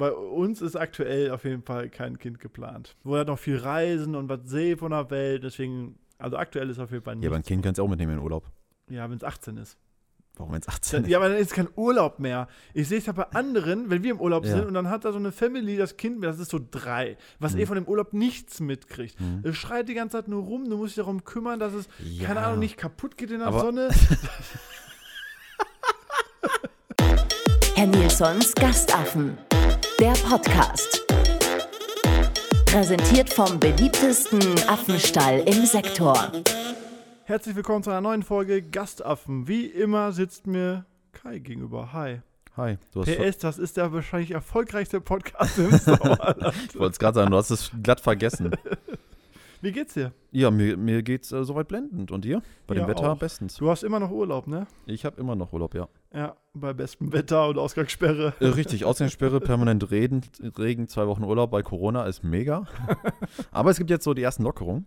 Bei uns ist aktuell auf jeden Fall kein Kind geplant. Wir wollen halt noch viel reisen und was sehen von der Welt, deswegen, also aktuell ist auf jeden Fall nicht. Ja, aber ein Kind kannst du auch mitnehmen in den Urlaub. Ja, wenn es 18 ist. Warum jetzt 18? Dann, ja, aber dann ist kein Urlaub mehr. Ich sehe es ja bei anderen, wenn wir im Urlaub Ja. sind und dann hat da so eine Family das Kind, das ist so drei, was Mhm. eh von dem Urlaub nichts mitkriegt. Es schreit die ganze Zeit nur rum, du musst dich darum kümmern, dass es, Ja. keine Ahnung, nicht kaputt geht in der Aber- Sonne. Herr Nilssons Gastaffen. Der Podcast. Präsentiert vom beliebtesten Affenstall im Sektor. Herzlich willkommen zu einer neuen Folge Gastaffen. Wie immer sitzt mir Kai gegenüber. Hi. Hi, du hast. PS, das ist der wahrscheinlich erfolgreichste Podcast im Sauerland. Ich wollte es gerade sagen, du hast es glatt vergessen. Wie geht's dir? Ja, mir, mir geht es äh, soweit blendend. Und dir? Bei Ja, dem Wetter auch. bestens. Du hast immer noch Urlaub, ne? Ich habe immer noch Urlaub, ja. Ja, bei bestem Wetter und Ausgangssperre. Äh, richtig, Ausgangssperre, permanent Regen, Regen, zwei Wochen Urlaub bei Corona ist mega. Aber es gibt jetzt so die ersten Lockerungen.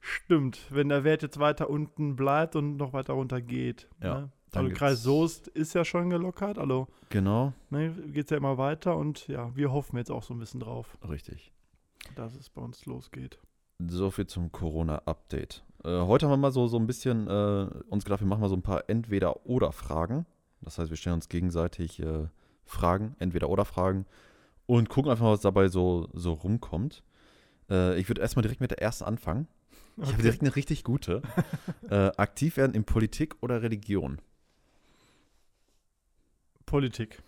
Stimmt, wenn der Wert jetzt weiter unten bleibt und noch weiter runter geht. Ja, Ne? dann Also geht's- Kreis Soest ist ja schon gelockert, also Genau, ne, geht es ja immer weiter und ja, wir hoffen jetzt auch so ein bisschen drauf, richtig. dass es bei uns losgeht. So viel zum Corona-Update. Äh, heute haben wir mal so, so ein bisschen äh, uns gedacht, wir machen mal so ein paar Entweder-Oder-Fragen. Das heißt, wir stellen uns gegenseitig äh, Fragen, Entweder-Oder-Fragen und gucken einfach, was dabei so, so rumkommt. Äh, ich würde erstmal direkt mit der ersten anfangen. Ich habe direkt eine richtig gute. äh, aktiv werden in Politik oder Religion? Politik.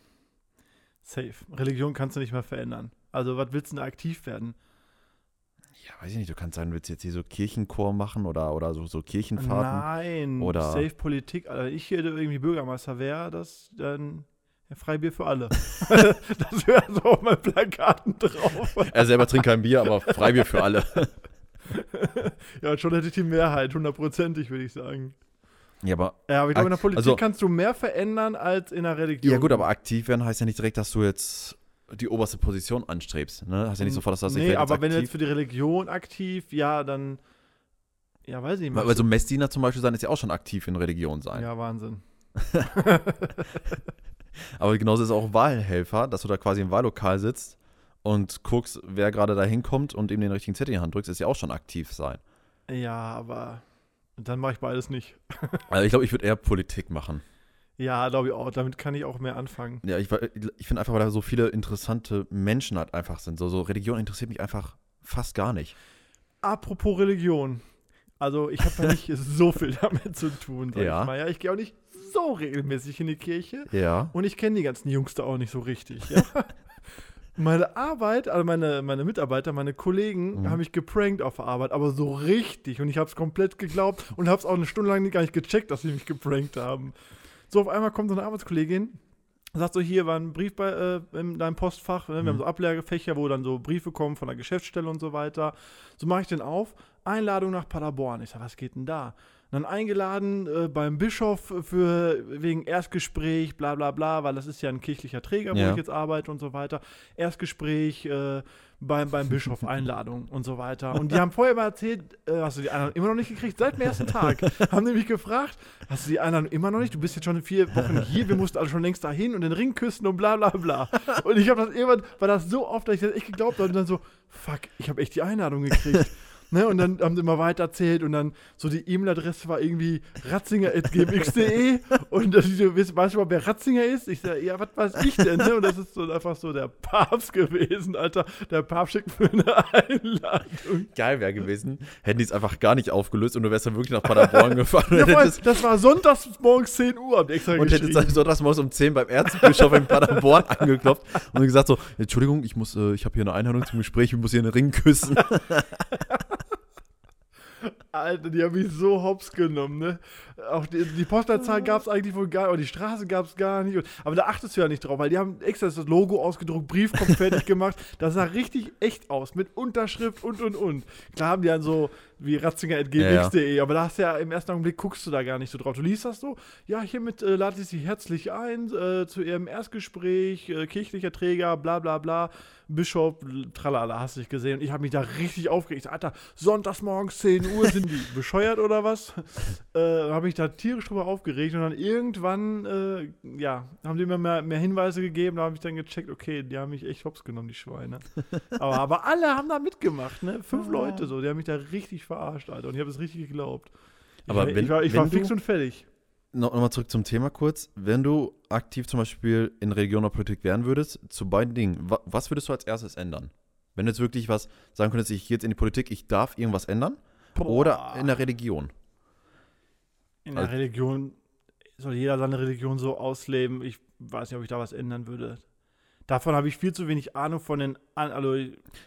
Safe. Religion kannst du nicht mehr verändern. Also, was willst du denn da aktiv werden? Ja, weiß ich nicht. Du kannst sagen, willst du jetzt hier so Kirchenchor machen oder, oder so, so Kirchenfahrten? Nein, oder- safe Politik. Also, wenn ich hier irgendwie Bürgermeister wäre, das dann ja, Freibier für alle. das wäre so auf meinen Plakaten drauf. Er selber trinkt kein Bier, aber Freibier für alle. ja, schon hätte ich die Mehrheit, hundertprozentig, würde ich sagen. Ja, aber Ja, aber ich glaube, in der Ak- Politik also- kannst du mehr verändern als in der Religion. Ja, gut, aber aktiv werden heißt ja nicht direkt, dass du jetzt die oberste Position anstrebst. Ne? Hast ja nicht sofort, dass das Nee, werde aber wenn du jetzt aktiv. für die Religion aktiv, ja, dann. Ja, weiß ich nicht. Weil so ein Also Messdiener zum Beispiel sein ist ja auch schon aktiv in Religion sein. ja, Wahnsinn. Aber genauso ist auch Wahlhelfer, dass du da quasi im Wahllokal sitzt und guckst, wer gerade da hinkommt und ihm den richtigen Zettel in die Hand drückst, ist ja auch schon aktiv sein. Ja, aber. Dann mache ich beides nicht. Also ich glaube, ich würde eher Politik machen. Ja, glaube ich auch. Damit kann ich auch mehr anfangen. Ja, ich, wa- ich finde einfach, weil da so viele interessante Menschen halt einfach sind. So, so Religion interessiert mich einfach fast gar nicht. Apropos Religion. Also, ich habe ja nicht so viel damit zu tun, sag Ja. ich mal. Ja, ich gehe auch nicht so regelmäßig in die Kirche. Ja. Und ich kenne die ganzen Jungs da auch nicht so richtig. Ja? meine Arbeit, also meine, meine Mitarbeiter, meine Kollegen haben mich geprankt auf der Arbeit, aber so richtig. Und ich habe es komplett geglaubt und habe es auch eine Stunde lang gar nicht gecheckt, dass sie mich geprankt haben. So auf einmal kommt so eine Arbeitskollegin, sagt so, hier war ein Brief bei, äh, in deinem Postfach. Ne? Wir haben so Ablagefächer, wo dann so Briefe kommen von der Geschäftsstelle und so weiter. So mache ich den auf. Einladung nach Paderborn. Ich sage, was geht denn da? Und dann eingeladen äh, beim Bischof für wegen Erstgespräch, bla bla bla, weil das ist ja ein kirchlicher Träger, wo Ja. ich jetzt arbeite und so weiter. Erstgespräch äh, beim, beim Bischof, Einladung und so weiter. Und die haben vorher mal erzählt, äh, hast du die Einladung immer noch nicht gekriegt, seit dem ersten Tag. haben die mich gefragt, hast du die Einladung immer noch nicht? Du bist jetzt schon vier Wochen hier, wir mussten alle schon längst dahin und den Ring küssen und bla bla bla. Und ich habe das irgendwann, war das so oft, dass ich das echt geglaubt habe und dann so, fuck, ich habe echt die Einladung gekriegt. Ne, und dann haben sie immer weiter erzählt und dann so die E-Mail-Adresse war irgendwie ratzinger.gmx.de und dass ich so, weißt, weißt du mal, wer Ratzinger ist? Ich sage, ja, was weiß ich denn? Ne? Und das ist so einfach so der Papst gewesen, Alter. Der Papst schickt mir eine Einladung. Geil wäre gewesen, hätten die es einfach gar nicht aufgelöst und du wärst dann wirklich nach Paderborn gefahren und Ja, voll, hättest das war sonntags morgens 10 Uhr, haben die extra Und hätte geschrieben. dann sonntagsmorgens um 10 beim Erzbischof in Paderborn angeklopft und gesagt so, Entschuldigung, ich muss, äh, ich habe hier eine Einladung zum Gespräch, ich muss hier einen Ring küssen. Alter, die haben mich so hops genommen, ne? Auch die, die Postleitzahl gab es eigentlich wohl gar nicht, aber die Straße gab es gar nicht. Und, aber da achtest du ja nicht drauf, weil die haben extra das Logo ausgedruckt, Brief kommt fertig gemacht. Das sah richtig echt aus, mit Unterschrift und und und. Klar haben die dann so wie ratzinger.gmx.de, E, aber da hast du ja im ersten Augenblick guckst du da gar nicht so drauf. Du liest das so, ja, hiermit äh, lade ich Sie herzlich ein äh, zu Ihrem Erstgespräch, äh, kirchlicher Träger, bla bla bla, Bischof, l- tralala, hast du nicht gesehen. Und ich habe mich da richtig aufgeregt. Alter, sonntags morgens 10 Uhr sind sind die bescheuert oder was? Äh, habe ich da tierisch drüber aufgeregt und dann irgendwann, äh, ja, haben die mir mehr, mehr Hinweise gegeben, da habe ich dann gecheckt, okay, die haben mich echt hops genommen, die Schweine. Aber, aber alle haben da mitgemacht, ne? Fünf Ah. Leute so, die haben mich da richtig verarscht, Alter. Und ich habe es richtig geglaubt. Ich Aber war, wenn- ich war, ich wenn war fix du- und fertig. No, Nochmal zurück zum Thema kurz. Wenn du aktiv zum Beispiel in regionaler Politik werden würdest, zu beiden Dingen, wa was würdest du als erstes ändern? Wenn du jetzt wirklich was sagen könntest, ich gehe jetzt in die Politik, ich darf irgendwas ändern? Oder in der Religion? In der Also- Religion soll jeder seine Religion so ausleben. Ich weiß nicht, ob ich da was ändern würde. Davon habe ich viel zu wenig Ahnung von den, an- also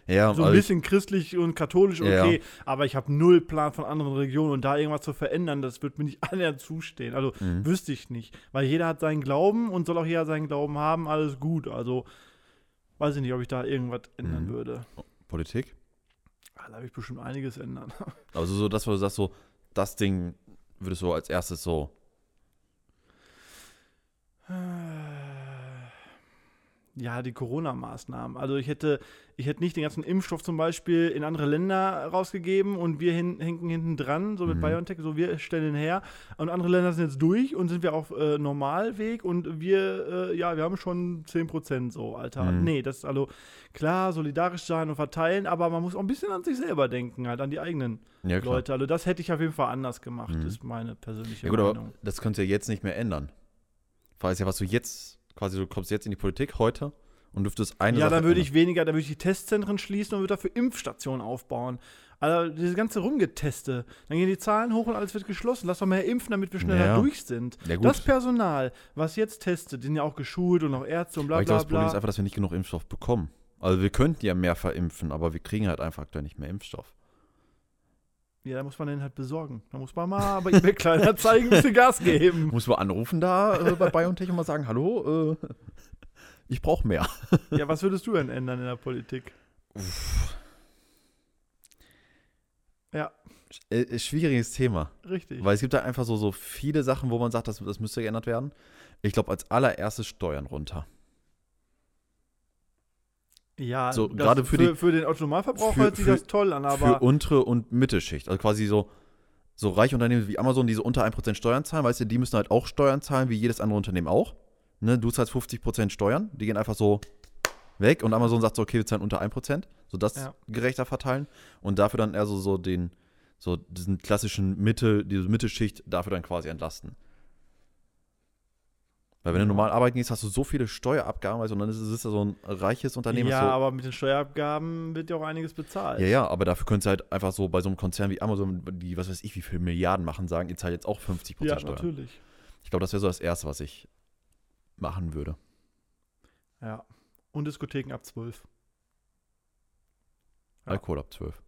Ja, so ein also ich- bisschen christlich und katholisch, Ja. okay, aber ich habe null Plan von anderen Religionen und da irgendwas zu verändern, das wird mir nicht annähernd zustehen. Also Mhm. wüsste ich nicht, weil jeder hat seinen Glauben und soll auch jeder seinen Glauben haben, alles gut. Also weiß ich nicht, ob ich da irgendwas ändern Mhm. würde. Politik? Ah, Da habe ich bestimmt einiges ändern. Also so das, wo du sagst, so das Ding würdest du als erstes so. Äh, Ja, die Corona-Maßnahmen. Also ich hätte, ich hätte nicht den ganzen Impfstoff zum Beispiel in andere Länder rausgegeben und wir hin, hinken hinten dran, so mit Mhm. BioNTech, so wir stellen den her. Und andere Länder sind jetzt durch und sind wir auf äh, Normalweg und wir, äh, ja, wir haben schon 10% so, Alter. Mhm. Nee, das ist also klar, solidarisch sein und verteilen, aber man muss auch ein bisschen an sich selber denken, halt, an die eigenen Ja, klar. Leute. Also das hätte ich auf jeden Fall anders gemacht, Mhm. ist meine persönliche ja gut, aber Meinung. das könntest du ja jetzt nicht mehr ändern. Weil es ja, was du jetzt, quasi du kommst jetzt in die Politik heute und dürftest eine ja, Sache dann würde ändern. ich weniger, dann würde ich die Testzentren schließen und würde dafür Impfstationen aufbauen. Also dieses ganze Rumgeteste. Dann gehen die Zahlen hoch und alles wird geschlossen. Lass doch mehr impfen, damit wir schneller Ja. durch sind. Ja, gut. das Personal, was jetzt testet, die sind ja auch geschult und auch Ärzte und bla aber ich bla glaube, das Problem ist bla. einfach, dass wir nicht genug Impfstoff bekommen. Also wir könnten ja mehr verimpfen, aber wir kriegen halt einfach aktuell nicht mehr Impfstoff. Ja, da muss man den halt besorgen. Da muss man mal bei eBay kleiner zeigen, ein bisschen Gas geben. Muss man anrufen da äh, bei BioNTech und mal sagen, hallo, äh, ich brauche mehr. Ja, was würdest du denn ändern in der Politik? Äh, äh, schwieriges Thema. Richtig. Weil es gibt da einfach so, so viele Sachen, wo man sagt, das, das müsste geändert werden. Ich glaube, als allererstes Steuern runter. ja, so, das- gerade für für, die- den Autonomalverbraucher für- hört sich für- das toll an, aber für untere und Mittelschicht. Also quasi so, so reiche Unternehmen wie Amazon, die so unter 1% Steuern zahlen, weißt du, die müssen halt auch Steuern zahlen, wie jedes andere Unternehmen auch. Ne, du zahlst 50% Steuern, die gehen einfach so weg und Amazon sagt so, okay, wir zahlen unter 1%, so das Ja. gerechter verteilen und dafür dann eher so, so den, so diesen klassischen Mitte, diese Mittelschicht dafür dann quasi entlasten. Weil wenn du normal arbeiten gehst, hast du so viele Steuerabgaben, weißt du, und dann ist es ist da so ein reiches Unternehmen. das ja, so, aber mit den Steuerabgaben wird ja auch einiges bezahlt. ja, ja, aber dafür könntest du halt einfach so bei so einem Konzern wie Amazon, die was weiß ich, wie viele Milliarden machen, sagen, ihr zahlt jetzt auch 50% ja Steuern. natürlich. Ich glaube, das wäre so das Erste, was ich machen würde. Ja. Und Diskotheken ab 12. Ja. Alkohol ab 12.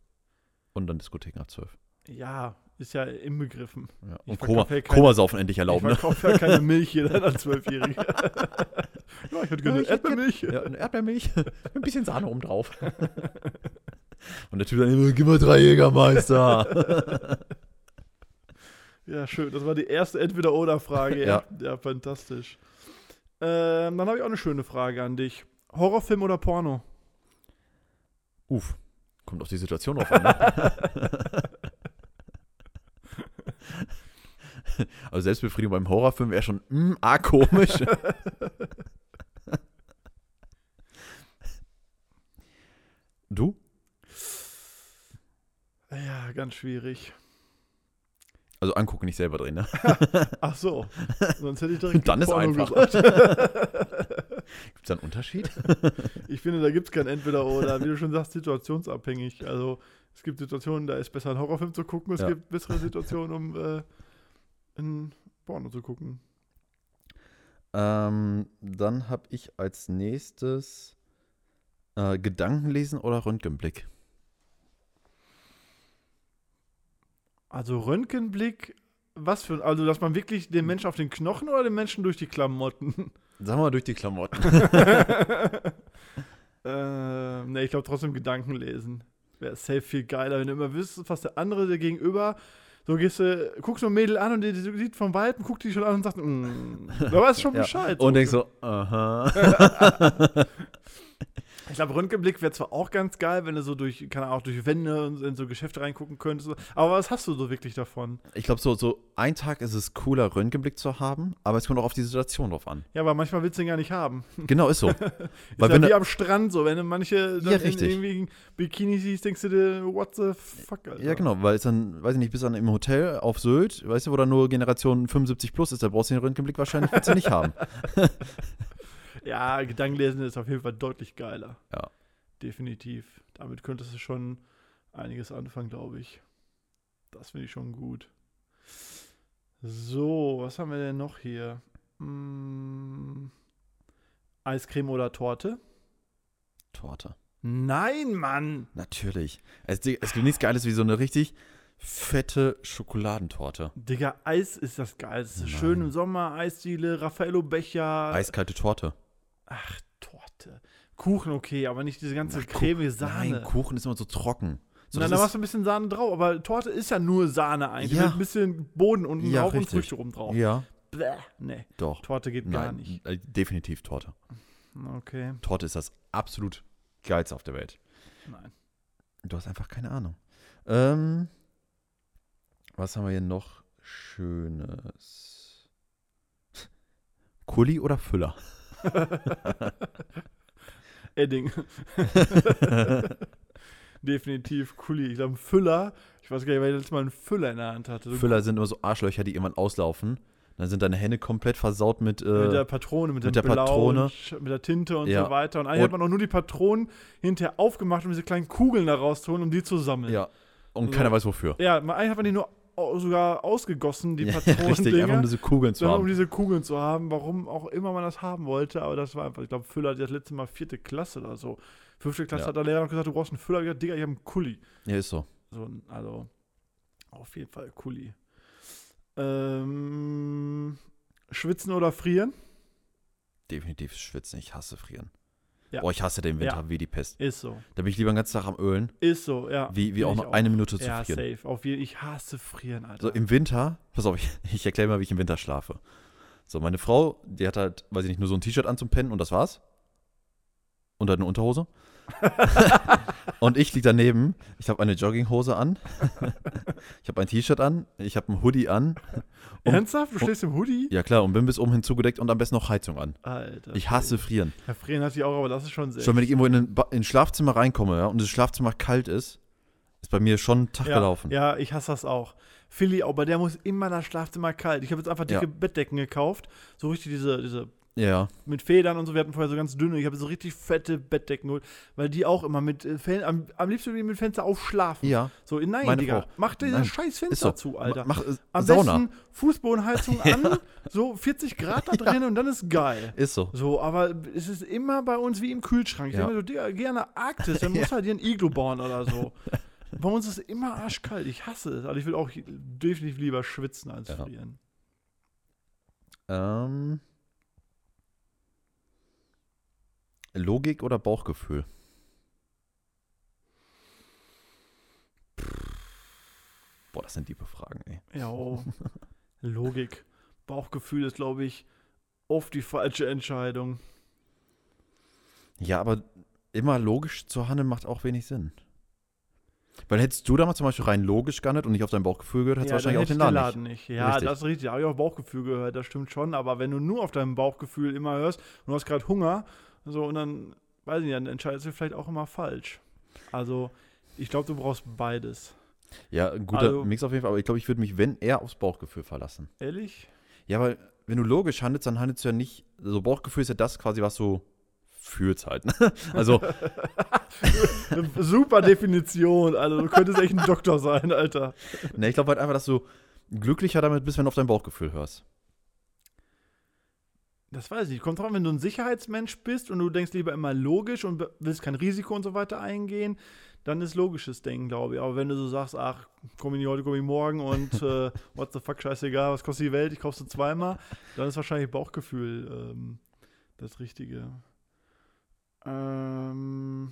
Und dann Diskotheken ab 12. Ja, ist ja inbegriffen. Ja. Ich Und Koma, verkauf ja keine- Komasaufen endlich Ich erlauben, ne? verkaufe ja keine Milch jeder als Zwölfjährige. ja, ich hätte Ja, gerne ich hätte Erdbeermilch. Ja, eine Erdbeermilch, mit ein bisschen Sahne oben drauf. Und der Typ dann immer, gib mal drei Jägermeister. Ja, schön. Das war die erste Entweder-Oder-Frage. Ja. ja. ja, fantastisch. Ähm, dann habe ich auch eine schöne Frage an dich. Horrorfilm oder Porno? Uff, kommt auf die Situation drauf an, ne? Also Selbstbefriedigung beim Horrorfilm wäre schon mm, arg komisch. du? Ja, ganz schwierig. Also angucken, nicht selber drehen, ne? Ach so. Sonst hätte ich direkt Dann ist Porno einfach. gesagt. Gibt es da einen Unterschied? Ich finde, da gibt es kein Entweder-Oder. Wie du schon sagst, situationsabhängig. Also es gibt Situationen, da ist besser, einen Horrorfilm zu gucken. Es Ja. gibt bessere Situationen, um äh, in Porno zu gucken. Ähm, dann habe ich als nächstes äh, Gedankenlesen oder Röntgenblick. Also Röntgenblick, was für ein... Also, dass man wirklich den Menschen auf den Knochen oder den Menschen durch die Klamotten? Sagen wir mal durch die Klamotten. ähm, ne, ich glaube trotzdem Gedanken lesen. Wäre safe viel geiler, wenn du immer wüsstest, was der andere dir gegenüber. So gehst du, guckst du ein Mädel an und die, die sieht vom Weitem, guckt die schon an und sagt, mm, da weißt du schon Ja. Bescheid. Und denkst so, aha. Ich glaube, Röntgenblick wäre zwar auch ganz geil, wenn du so durch, keine Ahnung, durch Wände und in so Geschäfte reingucken könntest. Aber was hast du so wirklich davon? Ich glaube, so, so ein Tag ist es cooler, Röntgenblick zu haben, aber es kommt auch auf die Situation drauf an. Ja, aber manchmal willst du ihn gar nicht haben. Genau, ist so. Ist ja Weil wenn wie du, am Strand so, wenn du manche Ja, dann in richtig. irgendwie Bikini siehst, denkst du dir, what the fuck, Alter. ja, genau, weil es dann, weiß ich nicht, bist dann im Hotel auf Sylt, weißt du, wo dann nur Generation 75 plus ist, da brauchst du den Röntgenblick wahrscheinlich willst du nicht haben. Ja, Gedankenlesen ist auf jeden Fall deutlich geiler. Ja. Definitiv. Damit könntest du schon einiges anfangen, glaube ich. Das finde ich schon gut. So, was haben wir denn noch hier? Hm, Eiscreme oder Torte? Torte. Nein, Mann! Natürlich. Es, die- es gibt nichts Geiles wie so eine richtig fette Schokoladentorte. Digga, Eis ist das Geilste. Schön im Sommer, Eisdiele, Raffaello Becher. Eiskalte Torte. Ach, Torte. Kuchen okay, aber nicht diese ganze Ach, Ku- cremige Sahne. Nein, Kuchen ist immer so trocken. So, Nein, da das machst du ein bisschen Sahne drauf, aber Torte ist ja nur Sahne eigentlich. Ja. Mit ein bisschen Boden unten Ja, drauf und richtig. Früchte rum drauf. ist, ja, Bäh, nee, doch. Torte geht Nein, gar nicht. äh, definitiv Torte. Okay, Torte ist das absolut geilste auf der Welt. nein. Du hast einfach keine Ahnung. Ähm, was haben wir hier noch Schönes? Kuli oder Füller? Edding. Definitiv Kuli. Ich glaube, ein Füller. Ich weiß gar nicht, weil ich letztes Mal einen Füller in der Hand hatte. So Füller sind immer so Arschlöcher, die irgendwann auslaufen. Dann sind deine Hände komplett versaut mit. Äh, Mit der Patrone, mit, mit dem der Blau Patrone. und Sch- mit der Tinte und Ja. so weiter. Und eigentlich hat Und- man auch nur die Patronen hinterher aufgemacht, um diese kleinen Kugeln da rauszuholen, um die zu sammeln. ja. Und So. keiner weiß wofür. Ja, man- eigentlich hat man die nur au- sogar ausgegossen, die Ja, Patronen. richtig, einfach um diese Kugeln zu Sondern um haben. diese Kugeln zu haben, warum auch immer man das haben wollte. Aber das war einfach, ich glaube, Füller, das letzte Mal vierte Klasse oder so. Fünfte Klasse Ja. hat der Lehrer noch gesagt, du brauchst einen Füller. Ich hab gesagt, Digga, ich habe einen Kuli. Ja, ist so. So, ein- also, auf jeden Fall Kuli. Ähm, schwitzen oder frieren? Definitiv schwitzen. Ich hasse frieren. Ja. Boah, ich hasse den Winter wie die Pest. Ist so. Da bin ich lieber den ganzen Tag am Ölen, Ist so, ja. wie, wie Bin auch ich noch eine Minute zu Ja, frieren. safe. Auf jeden, ich hasse frieren, Alter. So Also im Winter, pass auf, ich, ich erkläre mal, wie ich im Winter schlafe. So, meine Frau, die hat halt, weiß ich nicht, nur so ein T-Shirt an zum Pennen und das war's. Und halt eine Unterhose. und ich lieg daneben. Ich habe eine Jogginghose an. ich habe ein T-Shirt an. Ich habe einen Hoodie an. um- Ernsthaft? Du um- schläfst im Hoodie? Ja klar, und bin bis oben hin zugedeckt und am besten noch Heizung an. Alter. Ich hasse frieren. Ja, frieren hatte ich auch, aber das ist schon sehr. Schon wenn ich irgendwo in ein, Ba- in ein Schlafzimmer reinkomme ja, und das Schlafzimmer kalt ist, ist bei mir schon ein Tag ja, gelaufen. Ja, ich hasse das auch. Philly, aber der muss immer das Schlafzimmer kalt. Ich habe jetzt einfach dicke Ja. Bettdecken gekauft. So richtig diese, diese ja. mit Federn und so. Wir hatten vorher so ganz dünne. Ich habe so richtig fette Bettdecken geholt, weil die auch immer mit äh, Fen am, am liebsten will ich mit Fenster aufschlafen. Ja. So, nein, Meine Digga, Frau. mach dir Nein. das scheiß Ist Fenster so. zu, Alter. Mach, äh, am Sauna. besten Fußbodenheizung an, so 40 Grad da drin und dann ist geil. Ist so. So, aber es ist immer bei uns wie im Kühlschrank. Ich Ja. ja. immer so, Digga, geh an der Arktis, dann musst du halt dir ein Iglo bauen oder so. bei uns ist es immer arschkalt. Ich hasse es. Also ich will auch definitiv lieber schwitzen als Ja. frieren. Ähm, Logik oder Bauchgefühl? Boah, das sind diebe Fragen, ey. Ja, oh. Logik. Bauchgefühl ist, glaube ich, oft die falsche Entscheidung. Ja, aber immer logisch zu handeln macht auch wenig Sinn. Weil hättest du damals zum Beispiel rein logisch gehandelt und nicht auf dein Bauchgefühl gehört, hättest du dann wahrscheinlich auch den hätte ich Laden, nicht. nicht. Ja, Richtig. das ist richtig. Da habe ich auch Bauchgefühl gehört, das stimmt schon. Aber wenn du nur auf deinem Bauchgefühl immer hörst und du hast gerade Hunger, so und dann, weiß ich nicht, dann entscheidest du vielleicht auch immer falsch. Also, ich glaube, du brauchst beides. Ja, ein guter Also- Mix auf jeden Fall, aber ich glaube, ich würde mich, wenn eher, aufs Bauchgefühl verlassen. Ehrlich? Ja, weil wenn du logisch handelst, dann handelst du ja nicht, so also Bauchgefühl ist ja das quasi, was du fühlst halt. ne? Also Eine super Definition, also du könntest echt ein Doktor sein, Alter. Ne, ich glaube halt einfach, dass du glücklicher damit bist, wenn du auf dein Bauchgefühl hörst. Das weiß ich. nicht. Kommt drauf an, wenn du ein Sicherheitsmensch bist und du denkst lieber immer logisch und be- willst kein Risiko und so weiter eingehen, dann ist logisches Denken, glaube ich. Aber wenn du so sagst, ach, komm ich nicht heute, komm ich morgen und äh, what the fuck, scheißegal, was kostet die Welt, ich kauf's dir zweimal, dann ist wahrscheinlich Bauchgefühl ähm, das Richtige. Ähm,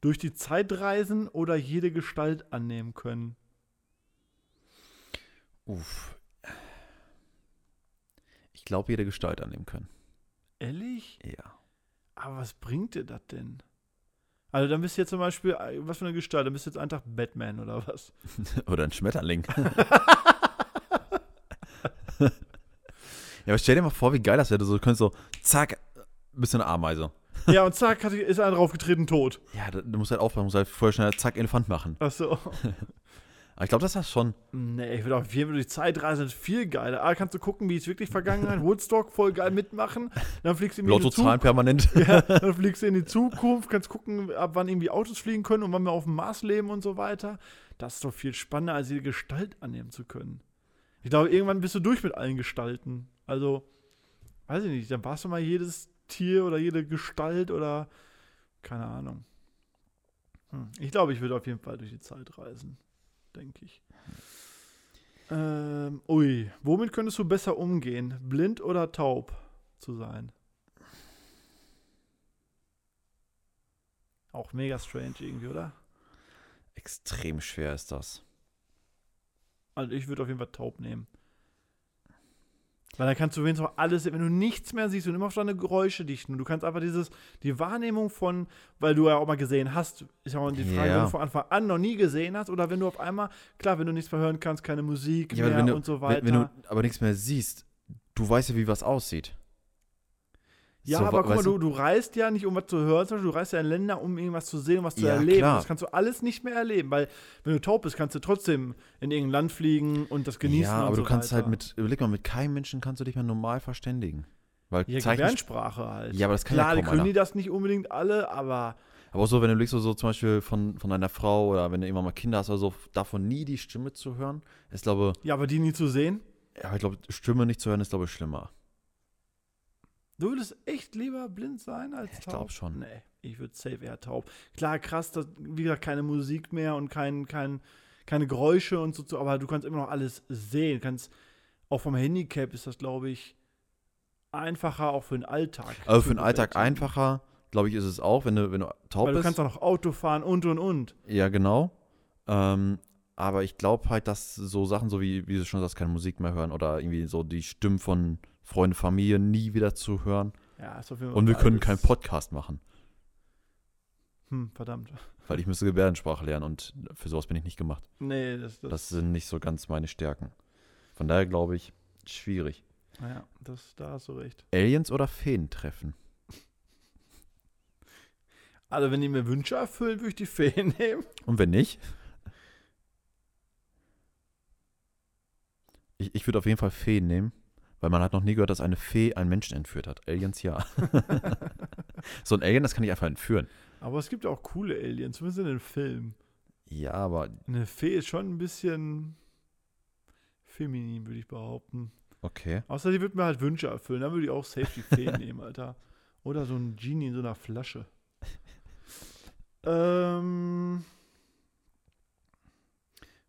durch die Zeit reisen oder jede Gestalt annehmen können. Uff. Ich glaube, jede Gestalt annehmen können. Ehrlich? Ja. Aber was bringt dir das denn? Also dann bist du jetzt zum Beispiel, äh, was für eine Gestalt? Dann bist du jetzt einfach Batman oder was? Oder ein Schmetterling. ja, aber stell dir mal vor, wie geil das wäre. Du so- könntest so, zack, bist du eine Ameise. ja, und zack, hat, ist einer draufgetreten, tot. Ja, da- du musst halt aufpassen, musst halt voll schnell zack, Elefant machen. Achso. Aber ich glaube, das ist schon. Nee, ich würde auf jeden Fall durch Zeitreisen viel geiler. Ah, kannst du gucken, wie es wirklich Vergangenheit, Woodstock voll geil mitmachen. Dann fliegst du irgendwie in die Lottozahlen permanent. Zukunft. Ja, dann fliegst du in die Zukunft, kannst gucken, ab wann irgendwie Autos fliegen können und wann wir auf dem Mars leben und so weiter. Das ist doch viel spannender, als jede Gestalt annehmen zu können. Ich glaube, irgendwann bist du durch mit allen Gestalten. Also, weiß ich nicht, dann warst du mal jedes Tier oder jede Gestalt oder keine Ahnung. Hm. Ich glaube, ich würde auf jeden Fall durch die Zeit reisen, denke ich. Ähm, ui, womit könntest du besser umgehen, blind oder taub zu sein? Auch mega strange irgendwie, oder? Extrem schwer ist das. Also ich würde auf jeden Fall taub nehmen. Weil dann kannst du wenigstens auch alles, wenn du nichts mehr siehst und immer auf deine Geräusche dichten. Du kannst einfach dieses, die Wahrnehmung von, weil du ja auch mal gesehen hast, ist ja auch die Frage, Ja. wenn du von Anfang an noch nie gesehen hast oder wenn du auf einmal, klar, wenn du nichts mehr hören kannst, keine Musik Ja, aber mehr wenn du, und so weiter. wenn, wenn du aber nichts mehr siehst, du weißt ja, wie was aussieht. Ja, So, wa- aber guck mal, weißt du, du reist ja nicht, um was zu hören, zum Beispiel, du reist ja in Länder, um irgendwas zu sehen, um was zu Ja, erleben. klar. Das kannst du alles nicht mehr erleben, weil wenn du taub bist, kannst du trotzdem in irgendein Land fliegen und das genießen. Ja, und aber so du kannst weiter. halt mit, überleg mal, mit keinem Menschen kannst du dich mehr normal verständigen. Weil ja, Zeichen, Gebärdensprache halt. Ja, aber das kann ja Klar, kaum die können einer. die das nicht unbedingt alle, aber aber auch so, wenn du legst so, so zum Beispiel von, von deiner Frau oder wenn du irgendwann mal Kinder hast oder so, davon nie die Stimme zu hören, ist glaube, ja, aber die nie zu sehen. ja, ich glaube, Stimme nicht zu hören ist glaube ich schlimmer. Du würdest echt lieber blind sein als taub? ich glaub schon. Nee, ich würde safe eher taub. Klar, krass, dass, wie gesagt, keine Musik mehr und kein, kein, keine Geräusche und so, so, aber du kannst immer noch alles sehen. Kannst, auch vom Handicap ist das, glaube ich, einfacher, auch für den Alltag. Also zu für den Alltag bewältigen. einfacher, glaube ich, ist es auch, wenn du, wenn du taub Weil du bist. kannst auch noch Auto fahren und, und, und. Ja, genau. Ähm, aber ich glaube halt, dass so Sachen, so wie, wie du schon sagst, keine Musik mehr hören oder irgendwie so die Stimmen von Freunden, Familie nie wieder zu hören. Ja, ist auf jeden Fall Und wir können beides. keinen Podcast machen, Hm, verdammt. weil ich müsste Gebärdensprache lernen und für sowas bin ich nicht gemacht. Nee, das, das, Das sind nicht so ganz meine Stärken. Von daher glaube ich, schwierig. ja, das, da hast du recht. Aliens oder Feen treffen? Also, wenn die mir Wünsche erfüllen, würde ich die Feen nehmen. Und wenn nicht? Ich, ich würde auf jeden Fall Feen nehmen, weil man hat noch nie gehört, dass eine Fee einen Menschen entführt hat. Aliens ja. so ein Alien, das kann ich einfach entführen. Aber es gibt auch coole Aliens, zumindest in den Filmen. Ja, aber Eine Fee ist schon ein bisschen feminin, würde ich behaupten. okay. Außer die wird mir halt Wünsche erfüllen, dann würde ich auch Safety Fee nehmen, Alter. Oder so ein Genie in so einer Flasche. ähm,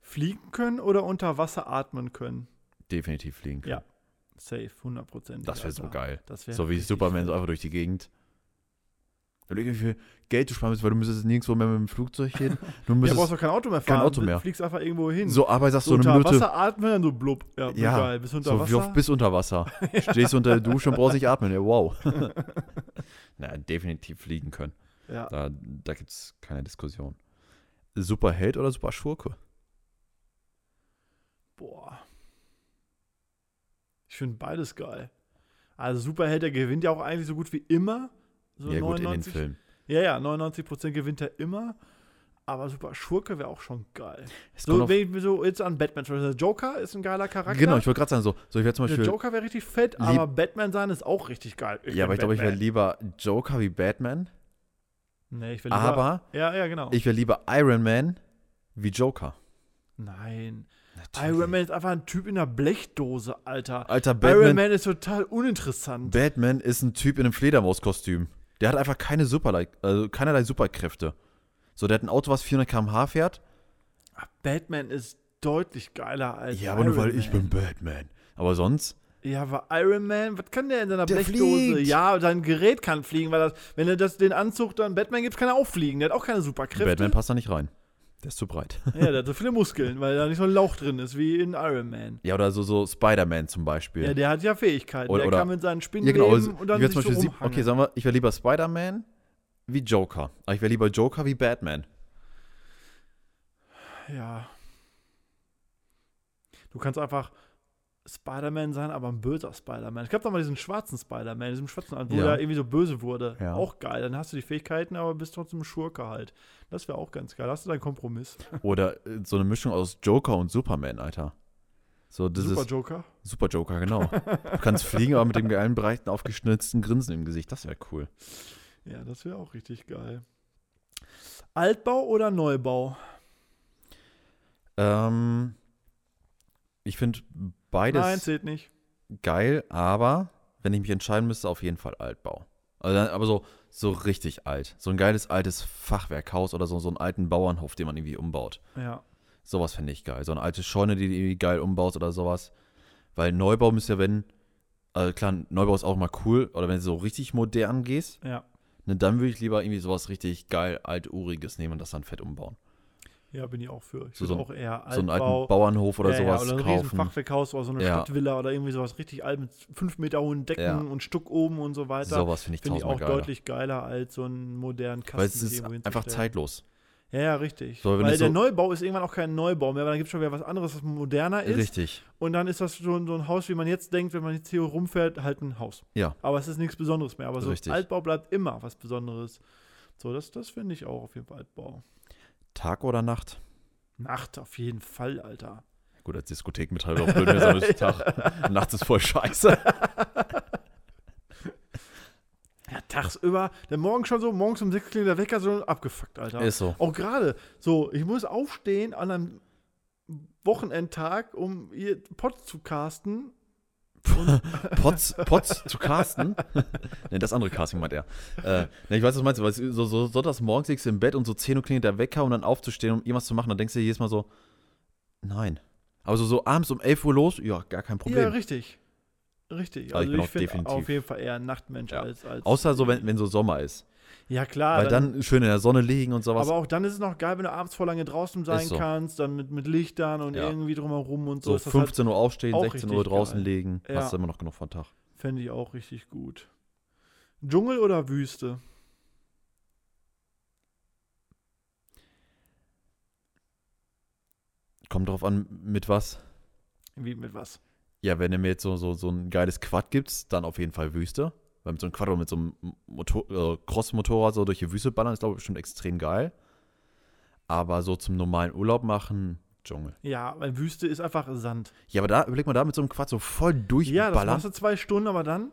fliegen können oder unter Wasser atmen können? Definitiv fliegen können. Ja. Safe, 100%. Das wäre so geil. Das wäre so wie richtig Superman so fett. einfach durch die Gegend. Überleg, wie viel Geld du sparen müsst, weil du müsstest nirgendwo mehr mit dem Flugzeug hin. Du Ja, müsstest brauchst doch kein Auto mehr kein fahren. Auto du mehr. Fliegst einfach irgendwo hin. so Arbeit sagst So du so unter eine Minute. Wasser atmen, dann so blub. Ja, Ja, geil. Bis unter so, Wasser. wie oft bist du unter Wasser? Stehst du unter der Dusche und brauchst nicht atmen. Ja, wow. naja, definitiv fliegen können. ja. Da, da gibt es keine Diskussion. Superheld oder Superschurke? Boah. Ich finde beides geil. Also Superheld, der gewinnt ja auch eigentlich so gut wie immer. So ja, gut, in den Filmen. Ja, ja, 99% gewinnt er immer. Aber Super Schurke wäre auch schon geil. Es kommt So, auf- wenn ich mir so jetzt an Batman schaue, der Joker ist ein geiler Charakter. genau, ich wollte gerade sagen, so, so ich wäre zum der Beispiel. Joker wäre richtig fett, aber Batman sein ist auch richtig geil. Ja, aber ich glaube, ich wäre lieber Joker wie Batman, Nee, ich wär lieber. aber Ja, ja, genau. ich wäre lieber Iron Man wie Joker. Nein. Iron Man ist einfach ein Typ in einer Blechdose, Alter. Alter, Iron Batman, Man ist total uninteressant. Batman ist ein Typ in einem Fledermauskostüm. Der hat einfach keine Superlei also keinerlei Superkräfte. So, der hat ein Auto, was 400 km/h fährt. Batman ist deutlich geiler als Ja, aber nur Iron weil ich Man. bin Batman. Aber sonst? Ja, aber Iron Man, was kann der in seiner Der Blechdose? fliegt. Ja, sein Gerät kann fliegen, weil das, wenn er das, den Anzug dann Batman gibt, kann er auch fliegen. Der hat auch keine Superkräfte. Batman passt da nicht rein. Der ist zu breit. Ja, der hat so viele Muskeln, weil da nicht so ein Lauch drin ist wie in Iron Man. Ja, oder so, so Spider-Man zum Beispiel. Ja, der hat ja Fähigkeiten. Oder- der oder- kann mit seinen Spinnen Ja, genau. leben und dann ich wär sich zum so Beispiel sieb- rumhangeln. okay, sagen wir, ich wäre lieber Spider-Man wie Joker. Aber ich wäre lieber Joker wie Batman. Ja. Du kannst einfach Spider-Man sein, aber ein böser Spider-Man. Es gab doch mal diesen schwarzen Spider-Man, diesen schwarzen, wo Ja. der irgendwie so böse wurde. Ja. Auch geil. Dann hast du die Fähigkeiten, aber bist trotzdem ein Schurke halt. Das wäre auch ganz geil. Hast du deinen Kompromiss? Oder äh, so eine Mischung aus Joker und Superman, Alter. So, das Super ist Joker. Super Joker, genau. Du kannst fliegen, aber mit dem geilen, breiten, aufgeschnitzten Grinsen im Gesicht. Das wäre cool. Ja, das wäre auch richtig geil. Altbau oder Neubau? Ähm, ich finde beides Nein, zählt nicht. geil, aber wenn ich mich entscheiden müsste, auf jeden Fall Altbau. Also, dann- aber so, so richtig alt. So ein geiles altes Fachwerkhaus oder so, so einen alten Bauernhof, den man irgendwie umbaut. Ja. Sowas finde ich geil. So eine alte Scheune, die du irgendwie geil umbaust oder sowas. Weil Neubau müsste ja, wenn, also klar, Neubau ist auch mal cool, oder wenn du so richtig modern gehst, Ja. ne, dann würde ich lieber irgendwie sowas richtig geil, alt-uriges nehmen und das dann fett umbauen. Ja, bin ich auch für. Ich So- würde so- auch eher Altbau. so einen alten Bauernhof oder ja, sowas ja, oder ein riesen kaufen. Fachwerkhaus oder so eine Ja. Stadtvilla oder irgendwie sowas richtig alt mit fünf Meter hohen Decken Ja. und Stuck oben und so weiter. Sowas finde ich Finde ich tausendmal auch geiler. deutlich geiler als so einen modernen Kasten. Weil es sich ist irgendwo einfach hinzustellen. zeitlos. Ja, ja, richtig. So, wenn weil es der so- Neubau ist irgendwann auch kein Neubau mehr, weil dann gibt es schon wieder was anderes, was moderner ist. Richtig. Und dann ist das schon so ein Haus, wie man jetzt denkt, wenn man jetzt hier rumfährt, halt ein Haus. Ja. Aber es ist nichts Besonderes mehr. Aber so Richtig. Altbau bleibt immer was Besonderes. So, das, das finde ich auch auf jeden Fall Altbau. Tag oder Nacht? Nacht auf jeden Fall, Alter. Gut, als Diskothek mit halber blöd, wenn du sagst, Tag. Nachts ist voll scheiße. Ja, tagsüber, der Morgen schon so, morgens um sechs klingelt der Wecker so abgefuckt, Alter. Ist so. Auch gerade, so, ich muss aufstehen an einem Wochenendtag, um ihr Pod zu casten. Potz, Potz zu Carsten. ne, das andere Casting meint er. Äh, ne, ich weiß, was meinst du, weil es so, so, so das morgens liegst du im Bett und so 10 Uhr klingelt der Wecker, um dann aufzustehen, um irgendwas zu machen. Dann denkst du dir jedes Mal so, nein. Aber so, so abends um 11 Uhr los, ja, gar kein Ja, Problem. richtig. Richtig. Also, Also ich bin auch ich finde definitiv- auf jeden Fall eher ein Nachtmensch Ja. als, als. Außer so, wenn, wenn so Sommer ist. ja, klar. Weil dann schön in der Sonne liegen und sowas. aber auch dann ist es noch geil, wenn du abends vor lange draußen sein Ist so. kannst, dann mit, mit Lichtern und Ja. irgendwie drumherum und so. So ist das halt 15 Uhr aufstehen, auch 16 Uhr richtig draußen geil. liegen. Ja. Hast du immer noch genug von Tag. Fände ich auch richtig gut. Dschungel oder Wüste? Kommt drauf an, mit was. Wie mit was? Ja, wenn du mir jetzt so, so, so ein geiles Quad gibst, dann auf jeden Fall Wüste. Weil mit so einem Quad oder mit so einem Motor, äh, Cross-Motorrad so durch die Wüste ballern, ist, glaube ich, bestimmt extrem geil. Aber so zum normalen Urlaub machen, Dschungel. Ja, weil Wüste ist einfach Sand. Ja, aber da, überleg mal, da mit so einem Quad so voll Ja, das durchballern. machst du zwei Stunden, aber dann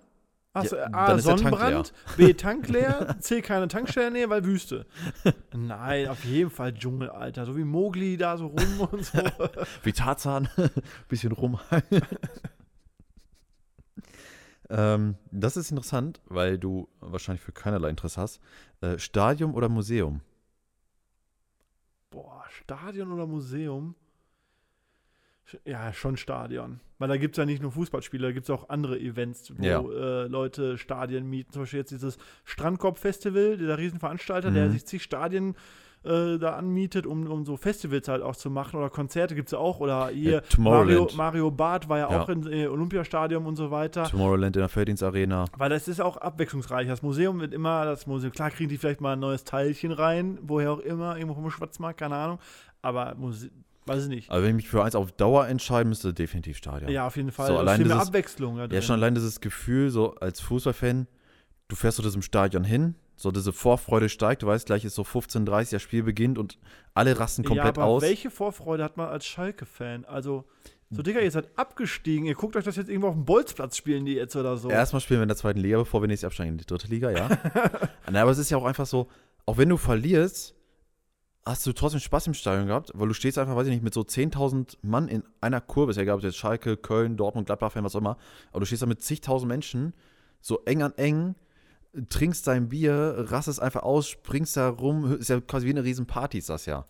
hast Ja, du A, dann ist der Tank Sonnenbrand, B, Tank leer, C, keine Tankstelle in der Nähe, weil Wüste. Nein, auf jeden Fall Dschungel, Alter. So wie Mogli da so rum und so. wie Tarzan, bisschen rum. ähm, das ist interessant, weil du wahrscheinlich für keinerlei Interesse hast. Äh, Stadium oder Museum? Boah, Stadion oder Museum? Sch- Ja, schon Stadion. Weil da gibt es ja nicht nur Fußballspiele, da gibt es auch andere Events, wo Ja. äh, Leute Stadien mieten. Zum Beispiel jetzt dieses Strandkorb-Festival, dieser Riesenveranstalter, der Mhm. sich zig Stadien äh, da anmietet, um, um so Festivals halt auch zu machen. Oder Konzerte gibt es ja auch. Oder Ja, hier Mario, Äh, Tomorrowland. Mario Barth war ja, Ja. auch im äh, Olympiastadion und so weiter. Tomorrowland in der Felddienstarena. Weil das ist auch abwechslungsreich. Das Museum wird immer, das Museum, klar kriegen die vielleicht mal ein neues Teilchen rein, woher auch immer, irgendwo vom Schwarzmarkt, keine Ahnung. Aber Muse weiß ich nicht. Aber Also wenn ich mich für eins auf Dauer entscheiden müsste, definitiv Stadion. Ja, auf jeden Fall. So, Es ist allein viel mehr dieses- Abwechslung. da Ja, drin. schon allein dieses Gefühl, so als Fußballfan, du fährst zu diesem Stadion hin, so diese Vorfreude steigt, du weißt, gleich ist so 15.30 das Spiel beginnt und alle rasten komplett ja, aber aus. welche Vorfreude hat man als Schalke-Fan? Also, so Digga, ihr seid abgestiegen. Ihr guckt euch das jetzt irgendwo auf dem Bolzplatz spielen, die jetzt oder so. Erstmal spielen wir in der zweiten Liga, bevor wir nächstes Jahr absteigen in die dritte Liga, ja. Na, aber es ist ja auch einfach so, auch wenn du verlierst, hast du trotzdem Spaß im Stadion gehabt, weil du stehst einfach, weiß ich nicht, mit so 10.000 Mann in einer Kurve, ist ja egal, ob du jetzt Schalke, Köln, Dortmund, Gladbach-Fan, was auch immer, aber du stehst da mit zigtausend Menschen, so eng an eng, trinkst dein Bier, rastest einfach aus, springst da rum, ist ja quasi wie eine riesen Party ist das ja.